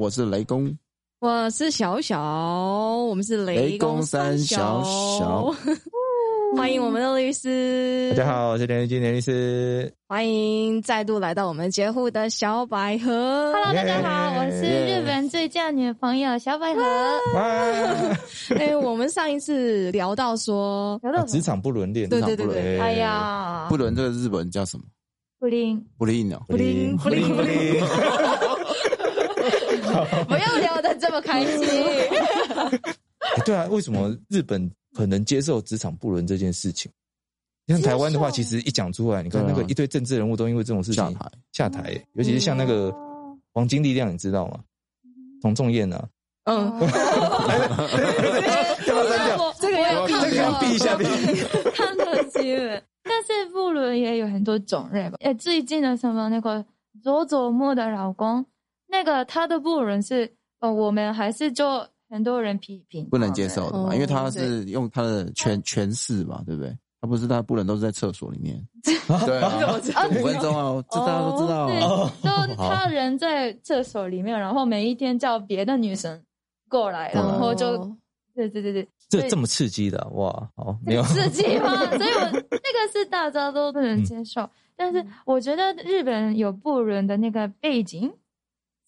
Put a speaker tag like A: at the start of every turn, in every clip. A: 我是雷公，
B: 我是小小，我们是
A: 雷公三小小，
B: 欢迎我们的律师，
C: 大家，好，我是连玉军连律师。
B: 欢迎再度来到我们节目的小百合。
D: Hello，大家好，我是日本最佳女朋友小百合。
C: 哇，
B: 哎、我们上一次聊到说，
D: 有种
C: 职场不伦恋，
B: 对对
A: 职场不
B: 对
A: 伦
B: 对，
D: 哎呀，
A: 不伦这个日本叫什么？
D: 不灵，
A: 不吝哦，
C: 不灵
B: 不灵不灵
C: 灵，
D: 不要聊得这么开 心。
C: 哎对啊，为什么日本很能接受职场不伦这件事情？像台湾的话，
D: 接
C: 其
D: 受
C: 实一讲出来，你看那个
A: 对啊
C: 一堆政治人物都因为这种事情
A: 下台。
C: 下台，欸尤其是像那个
D: 哦
C: 黄金力量，你知道吗？童仲彦啊，
B: 嗯，
A: 哦
C: 要不要删掉？
B: 这个要
D: 我
B: 看
D: 这个要
C: 避一下避一
D: 看得起了。但是不伦也有很多种类吧？呃，最近的什么那个佐佐木的老公，那个他的不伦是呃，我们还是就很多人批评
A: 不能接受的嘛，
B: 哦
A: 因为他是用他的权权势嘛，对不对？他不是他不能都是在厕所里面，对啊，
D: 他 们。
A: 五分钟啊，知道都知道啊，
D: 哦对就他人在厕所里面，然后每一天叫别的女生过来，
A: 过
D: 然
A: 来
D: 后就
B: 哦
D: 对对对对，
C: 这
D: 对
C: 这么刺激的啊哇！ 好，没有
D: 刺激吗？所以我那个是大家都不能接受。但是我觉得日本有不伦的那个背景，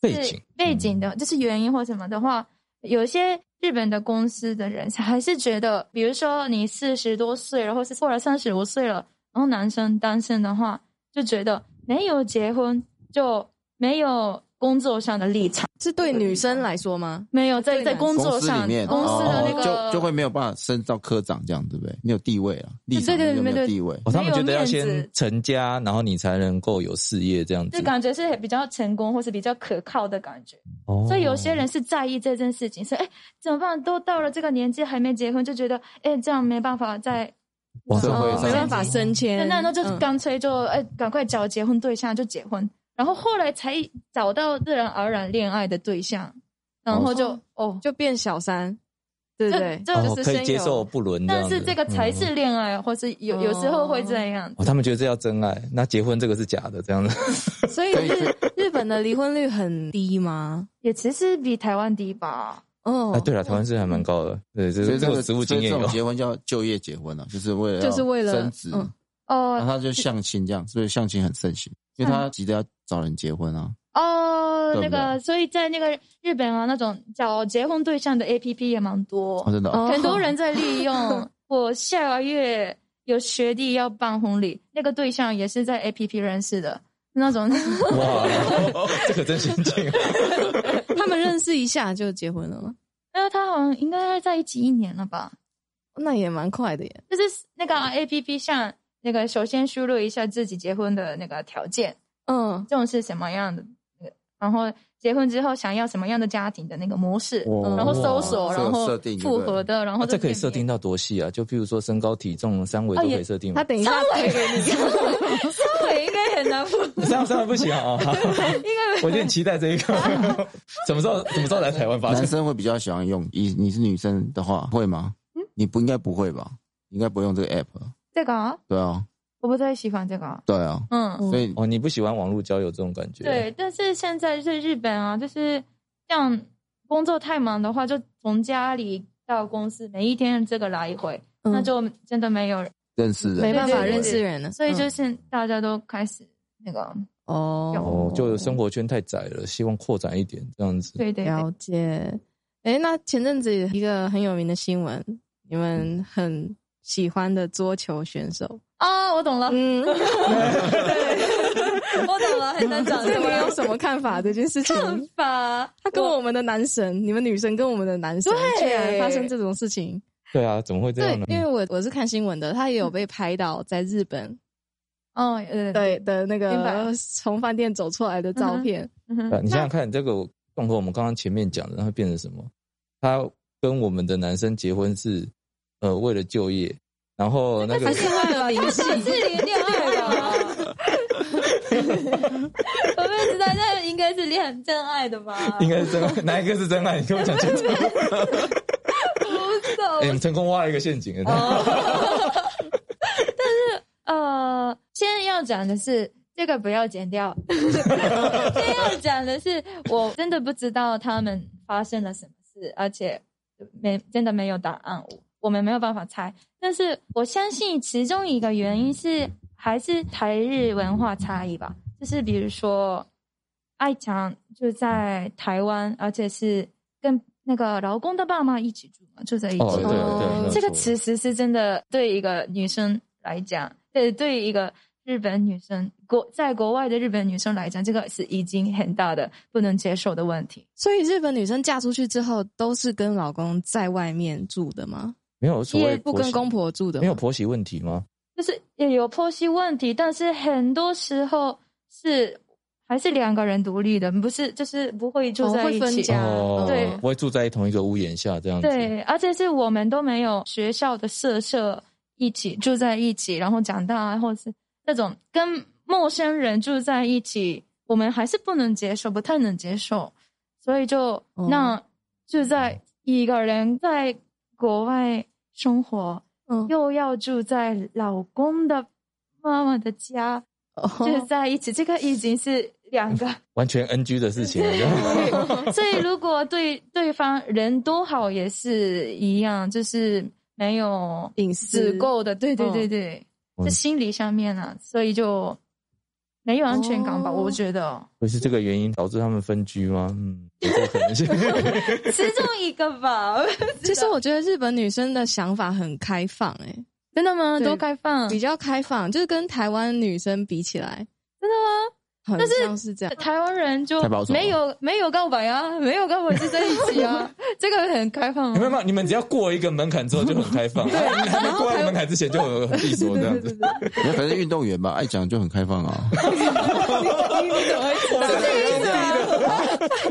C: 背
D: 是
C: 景，
D: 背景的，就是原因或什么的话，有些日本的公司的人还是觉得，比如说你四十多岁，然后是过了三十五岁了，然后男生单身的话，就觉得没有结婚就没有工作上的立场，
B: 是对女生来说吗？
D: 没有在
B: 对
D: 在
B: 男生
D: 工作
A: 公司
D: 上
A: 里面
D: 公司的那
A: 哦
D: 个、
A: 就就会没有办法升到科长这样，对不对？没有地位啊，立场
B: 对对
A: 就没
B: 对
A: 有
B: 对
A: 地位，
C: 哦，他们觉
D: 没
C: 得要
D: 有面
C: 先
D: 子
C: 成家，然后你才能够有事业这样子
D: 就。感觉是比较成功或是比较可靠的感觉。
C: 哦
D: 所以有些人是在意这件事情，说哎怎么办？都到了这个年纪还没结婚，就觉得哎这样没办法再。嗯
C: 哇
A: 社会
B: 哦
A: 上
B: 没办法升
D: 对，
B: 迁，
D: 那那就
B: 嗯
D: 干脆就哎，赶快找结婚对象就结婚，然后后来才找到自然而然恋爱的对
C: 哦
D: 象，然后就哦，
B: 就变小三，对不对？
D: 就
C: 哦
D: 就，是
C: 可
D: 先
C: 以
D: 有
C: 接受，不伦样
D: 但
C: 子，
D: 是这个才
C: 嗯。
D: 是恋爱，或是有
B: 哦
D: 有时候会这样。
C: 哦，他们觉得这叫真爱，那结婚这个是假的，这样子。
B: 所以日日本的离婚率很低吗？
D: 也其实比台湾低吧，
B: 哦，
C: 啊，对了，台湾是还蛮高的，对，这
A: 所
C: 是
A: 以
C: 这
A: 这
C: 个
A: 个
C: 实务经验
A: 所以
C: 有
A: 这种。结婚叫就业结婚啊，就是为了
B: 就是为了
A: 升职，
B: 嗯
A: 然
D: 哦
A: 后他就相亲这样，所以相亲很盛行，因为他急着要找人结婚啊，
D: 哦，
A: 对不对
D: 那个，所以在那个日本啊，那种找结婚对象的 A P P 也蛮多
A: 哦，，真的哦
B: 哦
D: 很多人在 利用。我下个月有学弟要办婚礼，那个对象也是在 A P P 认识的 那种。
C: 哇，这可真先 进啊。
B: 哦他们认识一下就结婚了吗？
D: 那他好像应该在一起一年了吧？
B: 那也蛮快的耶。
D: 就是那个 A P P 上那个首先输入一下自己结婚的那个条件，
B: 嗯，
D: 这种是什么样的，然后结婚之后想要什么样的家庭的那个模式，
A: 哇
D: 然后搜
A: 哇
D: 索，
A: 哦这
D: 然
A: 有啊
D: 后
A: 设定
D: 复合的，然后
C: 那这可
D: 见
C: 以
D: 面
C: 设定。到多细啊？就譬如说身高、体重、三围都
D: 哦
C: 可
D: 也
C: 以设定吗
B: 他？等一下推给你，
D: 这个应该很难复合，
C: 三三围不行啊，啊 我有点期待这一 个。什么时候什么时候来台湾发
A: 男
C: 生？
A: 生会比较喜欢用，你你是女生的话会吗？
B: 嗯
A: 你不应该不会吧？你应该不会用这个 app，
D: 这个啊
A: 对啊，
D: 我不太喜欢这个啊，
A: 对啊，
D: 嗯。
A: 所以
C: 哦，你不喜欢网络交友这种感觉？
D: 对，但是现在是日本啊，就是这样工作太忙的话，就从家里到公司，每一天这个来回，
B: 嗯
D: 那就真的没有人，
A: 认识人
B: 没办法
D: 对对对
B: 认识人了，
D: 所以就
B: 嗯
D: 是大家都开始那个，
B: 哦
C: 哦，，就生活圈太窄了，希望扩展一点这样子。
D: 对对对，
B: 了解。哎，那前阵子一个很有名的新闻，你们很喜欢的桌球选手，
D: 啊，我懂了，
B: 嗯，
D: 我懂了，很难 讲
B: 对嗯你有什么看法？这件事 情，
D: 看法？
B: 他跟我们的男神，你们女生跟我们的男神，
D: 对
B: 居然发生这种事情。
C: 对啊，怎么会这
B: 对嗯
C: 样呢，？
B: 因为我我是看新闻的，他也有被拍到在日本
D: 哦，呃，
B: 对的那
D: 明白
B: 个从饭店走出来的照片，
D: 嗯
C: 对啊
D: 哼
C: 你想想看，这个综合我们刚刚前面讲的，它会变成什么？他跟我们的男生结婚是呃为了就业，然后那个
B: 是为了灵气。
D: 自己恋 爱的，我不知道，那应该是恋真爱的吧？
B: 啊
C: 应该是真爱，哪一个是真爱？你跟我讲 清楚。
D: 不知道，
C: 哎，我们成功挖了一个陷阱
B: 哦
C: 了。
D: 但是呃，先要讲的是，这个不要剪掉。 这要讲的是，我真的不知道他们发生了什么事，而且没真的没有答案，我我们没有办法猜。但是我相信其中一个原因是还是台日文化差异吧，就是比如说爱强就在台湾，而且是跟那个老公的爸妈一起住嘛，住在一起。
C: 哦，对对
B: 哦
C: 没有
D: 这个
C: 错
D: 其实是真的对一个女生来讲，对对一个日本女生国在国外的日本女生来讲，这个是已经很大的不能接受的问题。
B: 所以日本女生嫁出去之后，都是跟老公在外面住的吗？
C: 没有所谓
B: 也不
C: 婆
B: 跟
C: 媳
B: 公婆住的吗？
C: 没有婆媳问题吗？
D: 就是也有婆媳问题，但是很多时候是还是两个人独立的，不是就是不会住
B: 哦
D: 在
B: 会
D: 一
B: 分
D: 起。
B: 家啊
D: 对
C: 哦不会住在同一个屋檐下这样子。
D: 对，而且是我们都没有学校的宿舍一起住在一起，然后长大，或是那种跟陌生人住在一起，我们还是不能接受，不太能接受，所以就
B: 哦
D: 那就在一个人在国外生活，
B: 嗯，
D: 又要住在老公的妈妈的家，就
B: 哦
D: 在一起，这个已经是两个
C: 完全 NG 的事情啊。这 样
D: 所以如果对对方人多好也是一样，就是没有
B: 隐私
D: 足够的，对对对对，
C: 嗯
D: 是心理上面啊，所以就没有安全感吧？
B: 哦
D: 我觉得
C: 会是这个原因导致他们分居吗？嗯，有这个可能性。
D: 其中一个吧，
B: 其实我觉得日本女生的想法很开放、欸，
D: 真的吗？
B: 对
D: 多开放，
B: 比较开放，就是跟台湾女生比起来，真的吗？但是是这样，
D: 台湾人就
A: 太保守了
D: 没有没有告白啊，没有告白就在一起啊，这个很开放
C: 你
D: 啊。
C: 们嘛，你们只要过一个门槛之后就很开 放，对，你还没过那个门槛之前就很很闭锁这样子。
A: 那反正运动员吧，爱讲就很开放啊。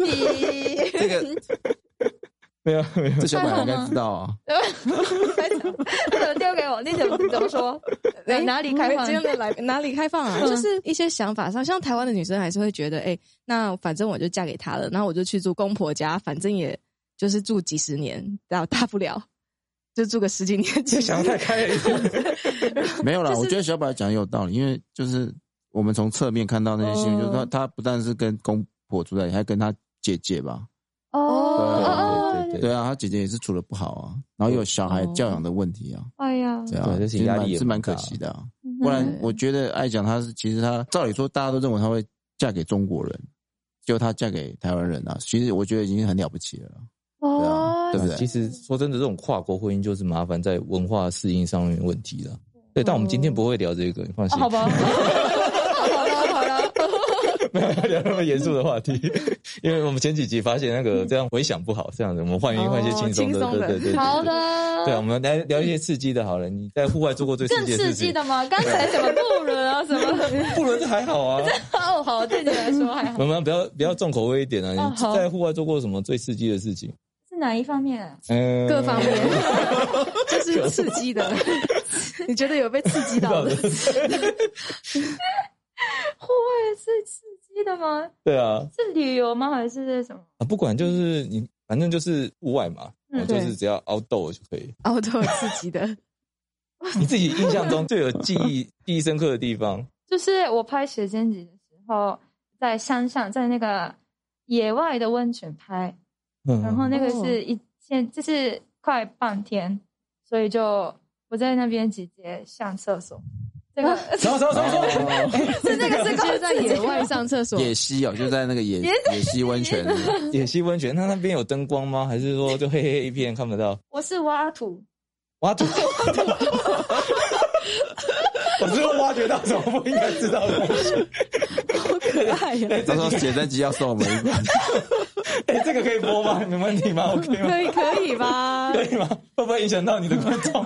B: 你
A: 这个
C: 没有没有，
A: 这小板应该知道啊。
D: 丢给我，你怎么怎么说？
B: 哎
D: 哪哪里开放
B: 这？样的 来哪里开放啊？就是一些想法上，像台湾的女生还是会觉得，哎、那反正我就嫁给他了，然后我就去住公婆家，反正也就是住几十年，然后大不了 就住个十几年。
C: 这想得太开了一点。
A: 没有啦，我觉得小宝讲得有道理，因为就是我们从侧面看到那些新闻，就是他他不但是跟公婆住在一起，还跟他姐姐吧，
D: 哦哦哦！
C: 对
A: 对啊，他姐姐也是处的不好啊，然后有小孩教养的问题啊，
D: 哎呀，
A: 这
C: 对
A: 样
C: 这
A: 其实
C: 些压
A: 蛮
C: 力也
A: 是蛮
C: 蛮
A: 可
C: 大
A: 惜的啊。不
D: 嗯
A: 然
B: 嗯
A: 我觉得爱讲她是其实她照理说大家都认为她会嫁给中国人，结果她嫁给台湾人啊，其实我觉得已经很了不起了啦，对啊，
D: 哦
A: 对不对？
C: 其实说真的，这种跨国婚姻就是麻烦在文化适应上面的问题了。对，但我们今天不会聊这个，你放
D: 哦
C: 心。
D: 好吧，好了好了，
C: 没有聊那么严肃的话题，因为我们前几集发现那
D: 嗯
C: 个这样回想不好，这样子我们换一换一些
B: 哦
C: 轻松
B: 轻松
C: 的，
B: 的
C: 对对对。
D: 好 的，
A: 啊
C: 对，我们来聊一些刺激的，好了。你在户外做过最刺
D: 更
C: 激的
D: 刺
C: 事
D: 激
C: 情？
D: 的吗？刚才什么不伦啊，什 么？
C: 不伦还好啊，
D: 哦，好，对你来说还好。
C: 我们不要不要重口味一点啊。
D: 哦
C: 你
D: 好
C: 在户外做过什么最刺激的事 情？
D: 是哪一方面？啊
C: 嗯，
B: 各方面 就是刺激 的，你觉得有被刺激到的？
D: 户外是刺激的吗？
C: 对啊，
D: 是旅游吗？还是什么？
C: 啊不管就是你，反正就是户外嘛，
D: 嗯
C: 我就是
B: 对
C: 只要凹豆就可以。
B: 哦，都有刺激 的，
C: 你自己印象中最有记忆、记忆深刻的地方，
D: 就是我拍《学间集》的时候，在山上，在那个野外的温泉拍，
C: 嗯，
D: 然后那个
B: 哦
D: 是一天，就是快半天，所以就我在那边直接上厕所。这 个
C: 什么什么什么什么？
B: 是那个是直接在野外上厕 所，
A: 野溪哦，就在那个 野野溪温泉，
C: 野溪温泉，那那边有灯光吗？还是说就黑黑一片看不到？
D: 我是挖土，
C: 挖土， 我是挖掘到什么不应该知道的东西。
B: 好可爱呀、
A: 他说写真集要送我们一本，
C: 哎、这个可以播吗？没问题吗？OK 吗？
B: 哦可以啊可以 吧？
C: 可以吗？会不会影响到你的观众？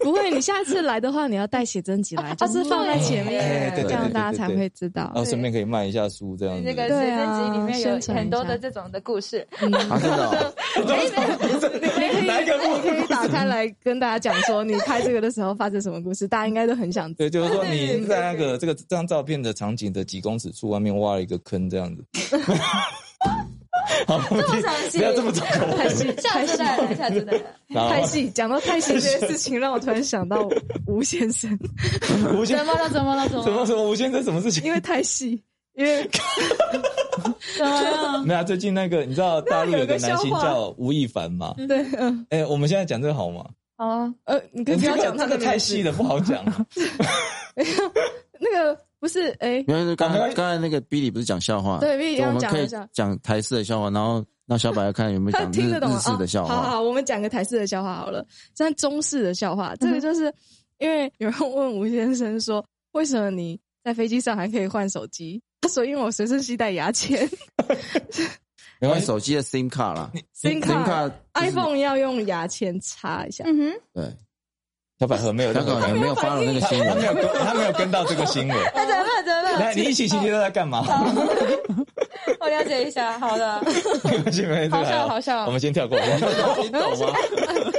B: 不会，你下次来的话，你要带写真集来，啊就是放在前
C: 哎
B: 面，
C: 对对对
B: 这样大家才会知道
C: 然。后顺便可以卖一下书，这样子。
D: 那 个《
B: 对
D: 学间集》里面
B: 宣
D: 有
B: 传一
D: 很多
B: 下
D: 的这种的故 事。
A: 啊，真的哦，
B: 你 可以，
C: 哪一个
B: 你可以打开来跟大家讲说，你拍这个的时候发生什么故事，大家应该都很想知道。
C: 对，就是说你在那个这个这张照片的场景的几公尺处外面挖了一个坑，这样子。 好，这
D: 这么伤心，
C: 不要这么糟糕。
B: 太细，
D: 下
B: 太
D: 次
B: 细，
D: 再来，下次再来。
A: 啊
C: 然
B: 太
C: 后
B: 细。讲到太细这件事情，让我突然想到吴先 生，
C: 吴先
D: 怎么了？怎么了？怎
C: 什
D: 么
C: 么
D: 了？
C: 什么吴先生什么事情？
B: 因为太细，因为
D: 怎么了？
C: 没有啊，最近那个你知道大陆有个男星
B: 那有个笑话
C: 叫吴亦凡嘛？
B: 对，嗯
C: 哎、我们现在讲这个好吗？
D: 好啊，
B: 呃，你可以不要讲他
C: 这个
B: 的
C: 太细
B: 了，
C: 了，不好讲。
B: 那个不是哎，
A: 因为刚才
C: 赶快
A: 刚才那个 Billy 不是讲笑话，
B: 对，Billy
A: 就我们
B: 刚刚
A: 可以
B: 讲了
A: 讲台式的笑话，然后让小白看有没有
B: 他
A: 讲
B: 听
A: 日
B: 得懂
A: 日
B: 啊
A: 式的笑
B: 好好
A: 话。
B: 好，我们讲个台式的笑话好了，像中式的笑
A: 嗯
B: 话，这个就是因为有人问吴先生说，为什么你在飞机上还可以换手机？他说因为我随身携带牙签
A: 嗯
C: 没
A: 换
C: 关系，
A: 手机的 SIM 卡啦
B: SIM 卡
A: 卡就是
B: ，iPhone 要用牙签插一下。
D: 嗯哼，
A: 对，
C: 小百合没有
A: 他
C: 任何
A: 可能
C: 感
A: 没有
B: 他没有
A: 发了那个
C: 他
A: 新
C: 他没
A: 闻。
C: 有跟他没有跟到这个新闻。
D: 哎，怎么了？怎么了？
C: 来，你一起星期都在干嘛？
D: 我了解一下。好的，
C: 没关系，没关
D: 好笑
C: 系，这个还
D: 好笑
C: 啊我们先跳过。我们先跳过
A: 懂吗？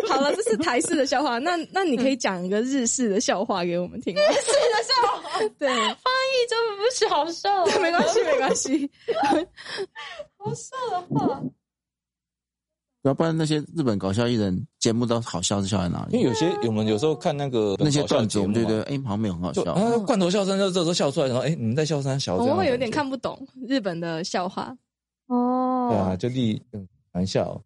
B: 好了，这是台式的笑话，那那你可以讲一个日式的笑话给我们听吗。
D: 是的，笑话
B: 对，
D: 翻译真不是好笑，
B: 没关系，没关系。
D: 好笑的话，
A: 要不然那些日本搞笑艺人节目都好笑是笑在哪
C: 因为
A: 里？
C: 有些我们有时候看那个
A: 那些
C: 搞笑
A: 段子
C: 节
A: 我
C: 目
A: 们
C: 嘛
A: 就觉得，哎，好像没有很好
C: 就
A: 笑。
C: 啊，罐头笑声就这时候笑出来，然后哎，你们在笑声小，
B: 我
C: 这
B: 们
C: 样
B: 会有点
C: 感
B: 看不懂日本的笑话，
C: 觉对啊，
D: 哦，
C: 就例嗯，玩笑。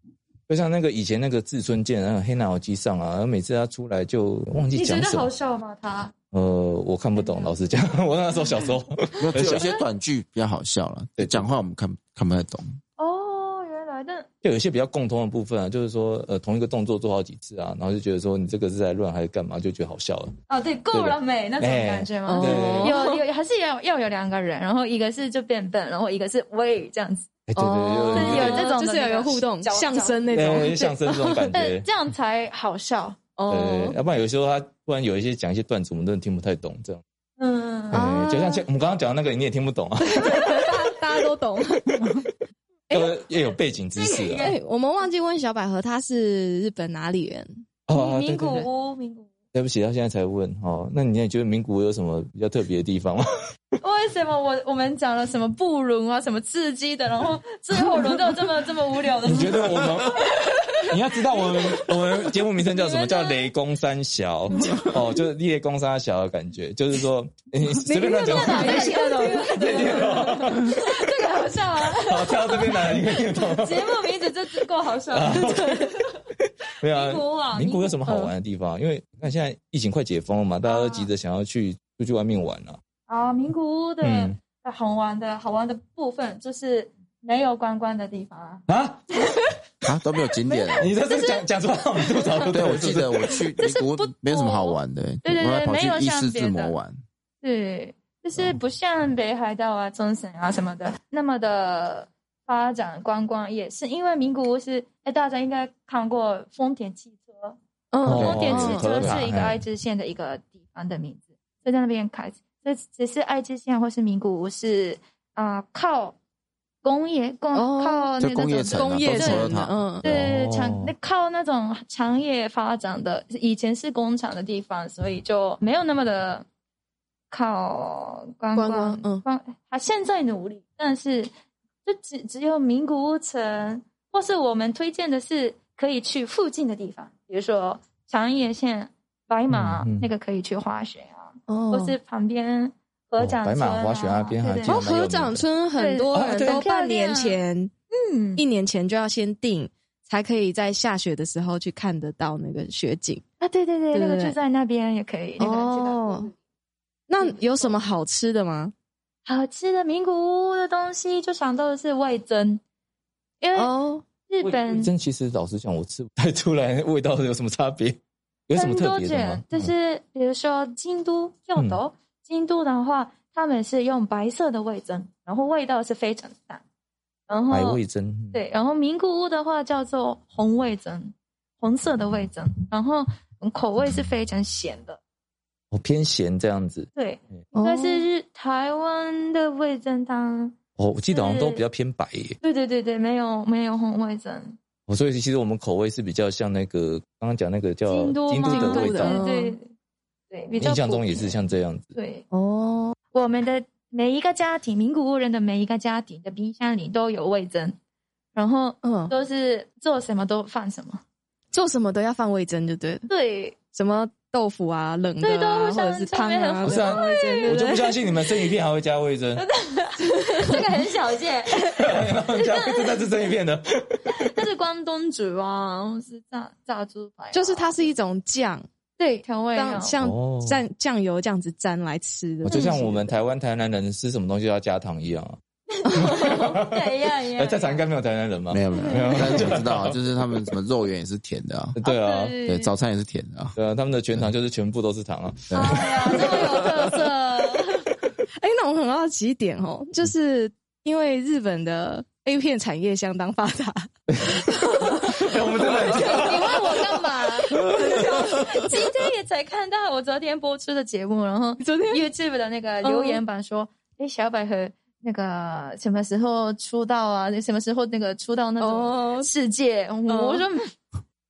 C: 就像那个以前那个志村健，然后黑脑机上啊，然后每次他出来就忘记
D: 你觉
C: 讲
D: 得
C: 什
D: 好
C: 么。
D: 笑吗？他
C: 呃，我看不懂，老实讲， 我那时候小时候，
A: 没有，只有一些短剧比较好笑了。
C: 对
A: 讲话我们看看不太懂。
D: 哦，原来但
C: 就有一些比较共通的部分啊，就是说，呃，同一个动作做好几次啊，然后就觉得说你这个是在乱还是干嘛，就觉得好笑了。
D: 哦，对，够了没那种
C: 哎
D: 感觉吗？
B: 哦
C: 对对对
D: 有有还是要要有两个人，然后一个是就变笨，然后一个是喂这样子，
C: 哎，对
B: 哦
C: 对对，
D: 有这种的
B: 就是有一个互动
D: 角
B: 相声那
C: 对对
B: 种
C: 对，相声这种感
D: 但
C: 觉。
D: 这样才好笑。
C: 对，
B: 哦
C: 对，要不然有时候他突然有一些讲一些段子，我们真的听不太懂，这样。
D: 嗯，
B: 啊
C: 哎就像前我们刚刚讲的那个，你也听不懂啊，
B: 大家都懂。
D: 哎
C: 要不 然也有背景知识啊。
B: 哎，我们忘记问小百合，他是日本哪里人？
C: 哦，
D: 名
C: 对对
D: 古
C: 对，
D: 屋，名古屋，
C: 对不起，他现在才问哦。那你也觉得名古屋有什么比较特别的地方 吗？
D: 为什么我我们讲了什么布伦啊，什么刺激的，然后最后轮到这么这么无聊的？
C: 你觉得我们？你要知道我们我们节目名称叫什
D: 你
C: 么？
D: 们呢
C: 叫雷公三小哦，就是猎公三小的感觉，就是说 你随便乱讲。哎
D: 哪里啊听得懂？啊 这个好笑啊！
C: 好，跳到这边来，你可以听 懂。
D: 节目名字就足够好 笑了。
C: 没有
D: 名古屋啊
C: 啊，名啊古屋有什么好玩的地方？因为你看现在疫情快解封了嘛，大家都急着想要去出去外面玩了。
D: 啊，名古屋的、
C: 嗯
D: 呃好玩的好玩的部分就是没有观光的地方啊。
C: 啊，
A: 啊，都没有景点啊。
C: 你这是讲讲出来让我们吐槽不
A: 对，我
C: 是不
A: 记
C: 是
A: 得我 去
D: 这
A: 美
D: 是
A: 国
D: 不多
A: 没有什么好玩的，
D: 对对
A: 我还
D: 对
A: 跑
D: 没有
A: 去伊
D: 像
A: 势
D: 别
A: 志摩
D: 的
A: 玩。
D: 对，就是不像北海道啊、冲绳啊什么的那么的发展观光业，是因为名古屋是哎，大家应该看过丰田汽车，
C: 哦
D: 丰田汽车
C: 哦
D: 是一个
C: 哎
D: 爱知县的一个地方的名字，就在那边开始。这只是爱知县或是名古屋是啊、靠工业工、
B: 哦
D: 靠那
A: 就工业城啊
B: 工业
D: 都
B: 城
A: 是 Toyota
B: 嗯，
D: 对
C: 哦
D: 产那靠那种产业发展的，以前是工厂的地方，所以就没有那么的靠观光。
B: 观光嗯
D: 光，他现在努力，但是就只只有名古屋城，或是我们推荐的是可以去附近的地方，比如说长野县白马、
C: 嗯嗯
D: 那个可以去滑雪啊，
B: 哦
D: 或是旁边河长
C: 哦白
D: 村、啊
C: 马滑雪那边还
D: 对对
C: 记
B: 哦，
C: 得
B: 合掌村很多
D: 对
B: 人
D: 对
B: 都
D: 很漂亮
B: 半年前、
D: 嗯
B: 一年前就要先订，才可以在下雪的时候去看得到那个雪景。
D: 啊，对对对，
B: 对对
D: 那个
B: 对
D: 就在那边也可以，那个这个。
B: 哦，那有什么好吃的吗？
D: 好吃的名古屋的东西，就想到的是味增，因为
B: 哦，
D: 日本
C: 真其实老实讲，我吃不太出来味道有什么差别，有什么
D: 很
C: 特
D: 多
C: 别的吗嗯
D: 卷，？就是比如说京都、京都、京都的话，他们是用白色的味增，然后味道是非常淡。然
C: 嗯百
D: 后
C: 味真，
D: 哦对，然后名古屋的话叫做红味增，红色的味增，然后嗯口味是非常咸的。
C: 我哦偏咸这样子。
D: 对，
B: 哦
D: 应该是日台湾的味增汤。
C: 哦，我记得好像都比较偏白耶。
D: 对对对对，没有没有红味增。
C: 哦，所以其实我们口味是比吗比较像那个刚刚讲那个叫
D: 京都嘛，
C: 的味道，
D: 对对对，比较
C: 印象
D: 普
C: 中也
D: 遍
C: 是像这样子。
D: 对。
B: 哦，
D: 我们的每一个家庭，名古屋人的每一个家庭的冰箱里都有味增，然后
B: 嗯，
D: 都是做什么都放什么，
B: 做什么都要放味噌，就对了，
D: 对，
B: 什么豆腐啊、冷的
D: 对都
B: 啊，
D: 会
B: 或者是
D: 上
B: 汤
D: 面
B: 啊，
C: 很
B: 都要放味噌，对
C: 我
B: 不
C: 就不
B: 对？
C: 相信你们生鱼片还会加味增，
D: 这个很小见，
C: 加味增那是生鱼片的。
D: 但是关东煮啊，或是炸炸猪排啊、
B: 就是它是一种酱，
D: 对调味啊料
B: 当，像
C: 哦
B: 蘸酱油这样子沾来吃的，
C: 我哦就像我们台湾台南人吃什么东西都要加糖一样啊。
D: 对啊呀
C: 哎，
D: 呀，
C: 在场应该没有台南人吧？
A: 没有没有，但是我知道啊，就是他们什么肉圆也是甜的啊，
C: 对
D: 哦
C: 啊，
A: 对，早餐也是甜的啊。
C: 对啊，他们的全糖就是全部都是糖啊。
D: 哎呀，这么有特色，
B: 哎，那我很好奇一点哦，就是因为日本的 A 片产业相当发达，
C: 我们真的很像
D: 你问我干 嘛？今天也才看到我昨天播出的节目，然后
B: 昨天
D: YouTube 的那个留言板说，哎、小百合那个什么时候出道啊？什么时候那个出道那种
B: 哦，
D: 世界？我说。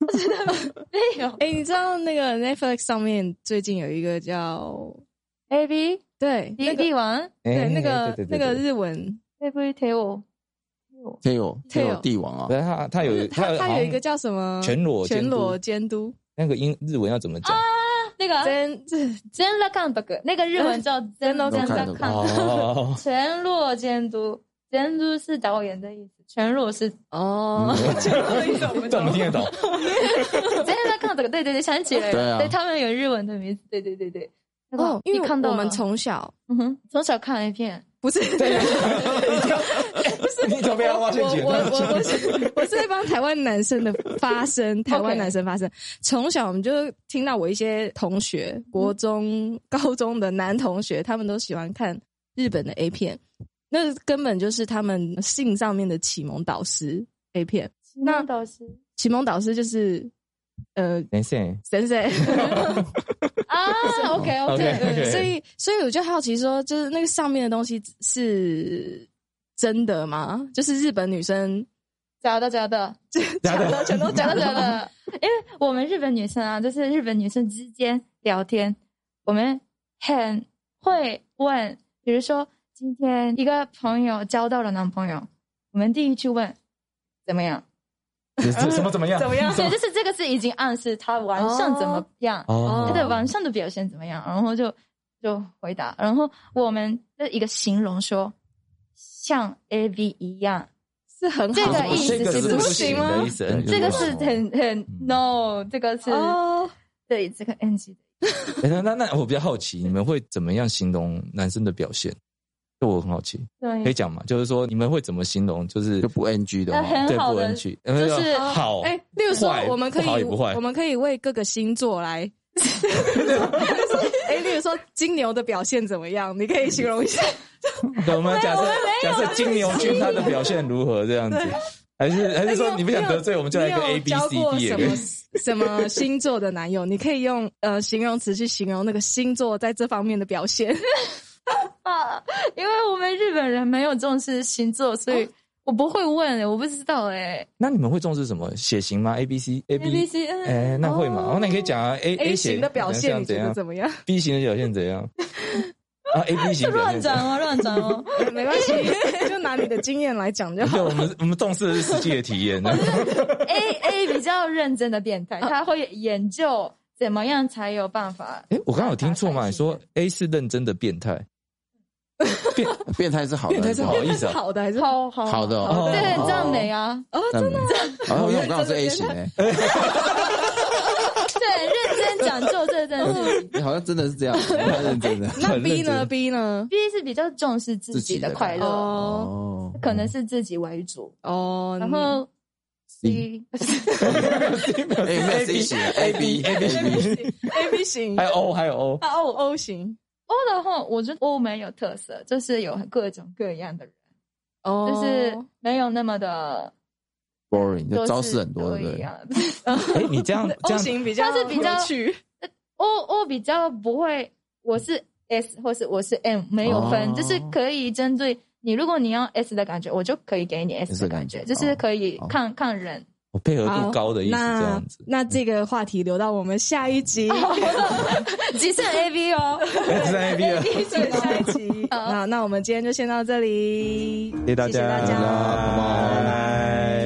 D: 没有
B: 哎，你知道那个 Netflix 上面最近有一个叫
D: A B
B: 对那
D: B
B: 个
D: B 王
B: 对
C: 哎
B: 那个
C: 对
B: 那
C: 对对
B: 个
C: 对
B: 日文，
D: A B Tail，
A: Tail
B: Tail
A: Tail 帝王啊，
C: 对他 他有
B: 它它
C: 呃好
B: 有
C: 像
B: 一个叫什么
C: 全裸监
B: 全
C: 督
B: 裸监督，
C: 那个英日文要怎么讲？
D: 那
C: 啊
D: 个啊
B: 真这
D: Zen La Kan b g 那个日文 叫 Zen La
A: Zenrakan
D: Kan，
C: 哦，
D: 全裸监督，监督是导演的意思，全裸是
B: 哦，
C: 这 我们听得懂。
D: 真哎的在看这个，对对对，想起来了，
A: 对啊
D: 他们有日文的名字，对对对对。那个
B: 哦，因
D: 你
B: 为
D: 看到
B: 我
D: 了
B: 们从小
D: 嗯哼从小看 A 片，
B: 不是。
C: 你怎么被他挖陷
B: 我
C: 阱？
B: 我我我 是我是在帮台湾男生的发声，台湾男生发声。从小我们就听到我一些同学，
D: 嗯
B: 国中、高中的男同学，他们都喜欢看日本的 A 片，那根本就是他们性上面的启蒙导师 A 片。那
D: 倒是
B: 启蒙导师就是呃
C: 等一下，
B: 神神，
D: 啊，OK 嗯 OK，
C: OK，OK 对
B: 所以所以我就好奇说，就是那个上面的东西是真的吗？就是日本女生
D: 假的假的
C: 假的
B: 全都讲
D: 假的
B: 了
D: 假的，因为我们日本女生啊，就是日本女生之间聊天，我们很会问，比如说今天一个朋友交到了男朋友，我们第一句问怎么样？
C: 什么怎么 样？
B: 么样
D: 所以就是这个是已经暗示他晚上怎么样。
C: 哦
D: 他的晚上的表现怎么样？然后就就回答，然后我们的一个形容说，像 A V 一样，
B: 是很
D: 这
B: 好
D: 个
B: 的
D: 意思
C: 这个
D: 是
C: 是
D: 不
C: 行
B: 行
C: 的
B: 吗
C: 意思，
D: 这个是很
C: 嗯
D: 很 no，这个是、
B: 哦，
D: 对这个 NG 的。
C: 哎那那那我比较好奇，你们会怎么样形容男生的表现？这我很好奇，
D: 对，
C: 可以讲吗？就是说你们会怎么形容？就 是
A: 就不 NG 的哦
D: 那
A: 话，
D: 很
C: 对
D: 好
C: 不
D: 的
C: NG，
D: 就是
C: 好，
B: 哎、例如说
C: 坏，
B: 我们可以
C: 哦不好也不坏
B: 我们可以为各个星座来， 哎、例如说金牛的表现怎么样？你可以形容一下。
C: 对，我们假设假设金牛君他的表现如何这样子，还是还是
B: 哎
C: 说你不想得罪我们，就来一个
B: 你有
C: A B
B: 交
C: C
B: 过
C: D 也
B: 什
C: 可以
B: 么什么星座的男友？你可以用呃形容词去形容那个星座在这方面的表现。
D: 啊，因为我们日本人没有重视星座，所以我不会问，我不知道哎、
C: 那你们会重视什么血型吗？A B C A
D: A B
C: B，
D: C，嗯
C: 哎，那会吗？
D: 哦
C: 哦，那你可以讲啊，A
B: A
C: 血
B: 型的表
C: 怎
B: 现
C: 样
B: 你
C: 怎
B: 觉得
C: 样
B: 怎么样？
C: ，B 型的表现怎样？啊，A B 型表
D: 乱
C: 现怎
D: 讲
C: 样？
D: 哦，乱讲哦。
B: 没关 系，就拿你的经验来讲就好
C: 对，。我们我们重视的是实际的 体验。啊
D: A A 比较认真的变
A: 啊
D: 态，他会研究怎么样才有办法。
C: 哎，我刚刚有听错吗？你说 A 是认真的变态，变
A: 变态是好的，
C: 变态是好的意思啊？
B: 好的还是
D: 好好
A: 好的哦
C: 好的
D: 这很
C: 哦
D: 赞美啊，
A: 那没有哦，因为我刚好是欸 A 型诶，
D: 这很认真讲究这件 事情。
A: 你好像真的是这样，太认真了。
B: 那
C: 很
B: B
C: 认
B: 呢
C: 真
B: ？B 呢？
D: B 是比较重视自己的快乐，
B: 哦
A: 哦，嗯
D: 可能是自己为主。
B: 哦，
D: 然后 C，
A: 哎，没有 C 型，A B A B
B: A B 型
C: 还有 O 还有 O，
B: 啊 O O 型
D: O 的话，我觉得 O 没有特色，就是有各种各样的人，
B: 哦
D: 就是没有那么的
A: boring，
D: 都
A: 就是招式很多，对不
D: 一
A: 对？
D: 样。
C: 哎，你这样这
B: O
C: 样
B: 型比较
D: 它是比较
B: 有趣
D: O O 比较不会，我是 S 或是我是 M 没有分，
A: 哦
D: 就是可以针对你，如果你要 S 的感觉，我就可以给你 S 的感觉，
A: S 的感
D: 就
A: 觉
D: 是可以
A: 哦
D: 看、看 人。
C: 我配合
B: 好
C: 度高的意思这样子。
B: 那那这个话题留到我们下一集，
D: 极限 A V 哦，
C: 是 A B 了，
B: 对下一集。那那我们今天就先到这里，
C: 谢谢大家，
B: 谢谢大家
A: 拜拜
C: 拜拜